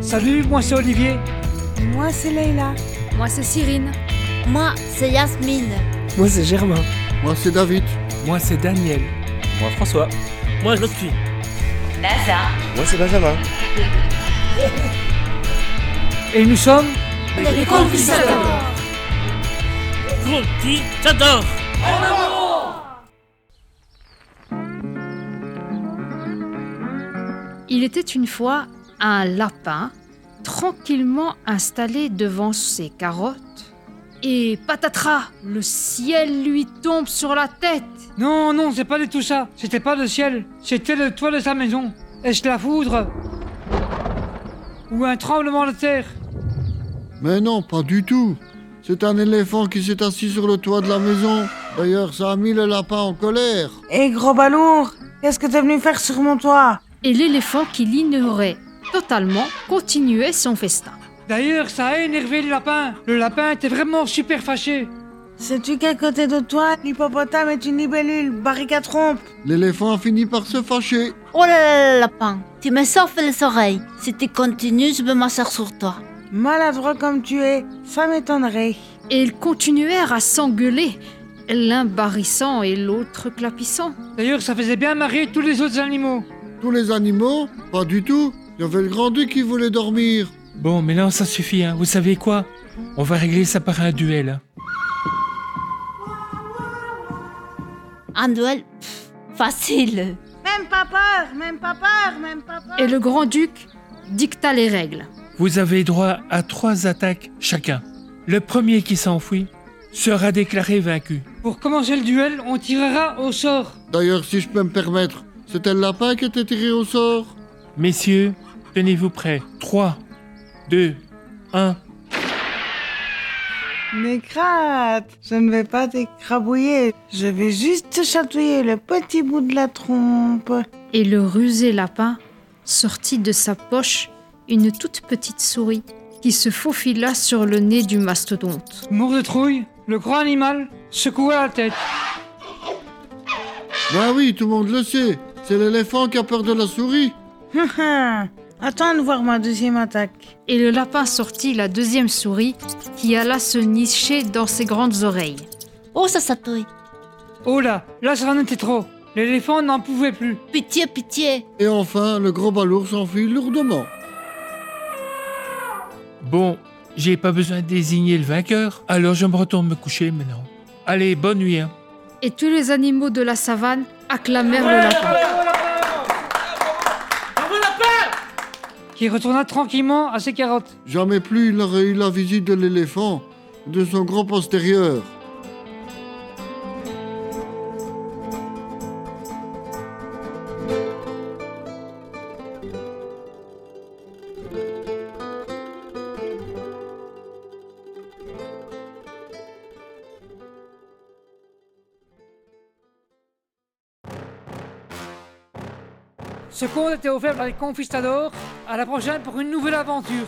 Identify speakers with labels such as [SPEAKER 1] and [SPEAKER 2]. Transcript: [SPEAKER 1] Salut, moi c'est Olivier.
[SPEAKER 2] Moi, c'est Leïla.
[SPEAKER 3] Moi, c'est Cyrine.
[SPEAKER 4] Moi, c'est Yasmine.
[SPEAKER 5] Moi, c'est Germain.
[SPEAKER 6] Moi, c'est David.
[SPEAKER 7] Moi, c'est Daniel.
[SPEAKER 8] Moi, François.
[SPEAKER 9] Moi, je suis.
[SPEAKER 10] NASA.
[SPEAKER 11] Moi, c'est Benjamin.
[SPEAKER 1] Et nous sommes.
[SPEAKER 12] Les, les conquistadors.
[SPEAKER 9] Conquistadors.
[SPEAKER 12] En avant
[SPEAKER 3] Il était une fois un lapin tranquillement installé devant ses carottes. Et patatras, le ciel lui tombe sur la tête.
[SPEAKER 1] Non, non, c'est pas du tout ça. C'était pas le ciel, c'était le toit de sa maison. Est-ce la foudre Ou un tremblement de terre
[SPEAKER 6] Mais non, pas du tout. C'est un éléphant qui s'est assis sur le toit de la maison. D'ailleurs, ça a mis le lapin en colère.
[SPEAKER 2] Hé, hey, gros balourd, qu'est-ce que t'es venu faire sur mon toit
[SPEAKER 3] et l'éléphant qui l'ignorait totalement continuait son festin.
[SPEAKER 1] D'ailleurs, ça a énervé le lapin. Le lapin était vraiment super fâché.
[SPEAKER 2] Sais-tu qu'à côté de toi, l'hippopotame est une libellule, barrique à trompe
[SPEAKER 6] L'éléphant a fini par se fâcher.
[SPEAKER 4] Oh là là, le lapin, tu me souffles les oreilles. Si tu continues, je vais m'asseoir sur toi.
[SPEAKER 2] Maladroit comme tu es, ça m'étonnerait.
[SPEAKER 3] Et ils continuèrent à s'engueuler, l'un barrissant et l'autre clapissant.
[SPEAKER 1] D'ailleurs, ça faisait bien marrer tous les autres animaux.
[SPEAKER 6] Tous les animaux Pas du tout. Il y avait le grand-duc qui voulait dormir.
[SPEAKER 7] Bon, mais là, ça suffit. Hein. Vous savez quoi On va régler ça par un duel.
[SPEAKER 4] Un duel Pff, Facile.
[SPEAKER 2] Même pas peur, même pas peur, même pas peur.
[SPEAKER 3] Et le grand-duc dicta les règles.
[SPEAKER 7] Vous avez droit à trois attaques chacun. Le premier qui s'enfuit sera déclaré vaincu.
[SPEAKER 1] Pour commencer le duel, on tirera au sort.
[SPEAKER 6] D'ailleurs, si je peux me permettre, c'était le lapin qui était tiré au sort.
[SPEAKER 7] Messieurs, tenez-vous prêts. 3, 2, 1.
[SPEAKER 2] Mais crate, je ne vais pas t'écrabouiller. Je vais juste te chatouiller le petit bout de la trompe.
[SPEAKER 3] Et le rusé lapin sortit de sa poche une toute petite souris qui se faufila sur le nez du mastodonte.
[SPEAKER 1] Mort de trouille, le grand animal secoua la tête.
[SPEAKER 6] Bah oui, tout le monde le sait. C'est l'éléphant qui a peur de la souris.
[SPEAKER 2] Attends de voir ma deuxième attaque.
[SPEAKER 3] Et le lapin sortit la deuxième souris qui alla se nicher dans ses grandes oreilles.
[SPEAKER 4] Oh, ça s'attouille.
[SPEAKER 1] Oh là, là, ça en était trop. L'éléphant n'en pouvait plus.
[SPEAKER 4] Pitié, pitié.
[SPEAKER 6] Et enfin, le gros balourd s'enfuit lourdement.
[SPEAKER 7] Bon, j'ai pas besoin de désigner le vainqueur, alors je me retourne me coucher maintenant. Allez, bonne nuit. Hein.
[SPEAKER 3] Et tous les animaux de la savane acclamèrent ouais, le lapin. Ouais, ouais,
[SPEAKER 1] qui retourna tranquillement à ses carottes.
[SPEAKER 6] Jamais plus il n'aurait eu la visite de l'éléphant, de son grand postérieur.
[SPEAKER 1] Ce conte était offert par les Conquistadors. À la prochaine pour une nouvelle aventure.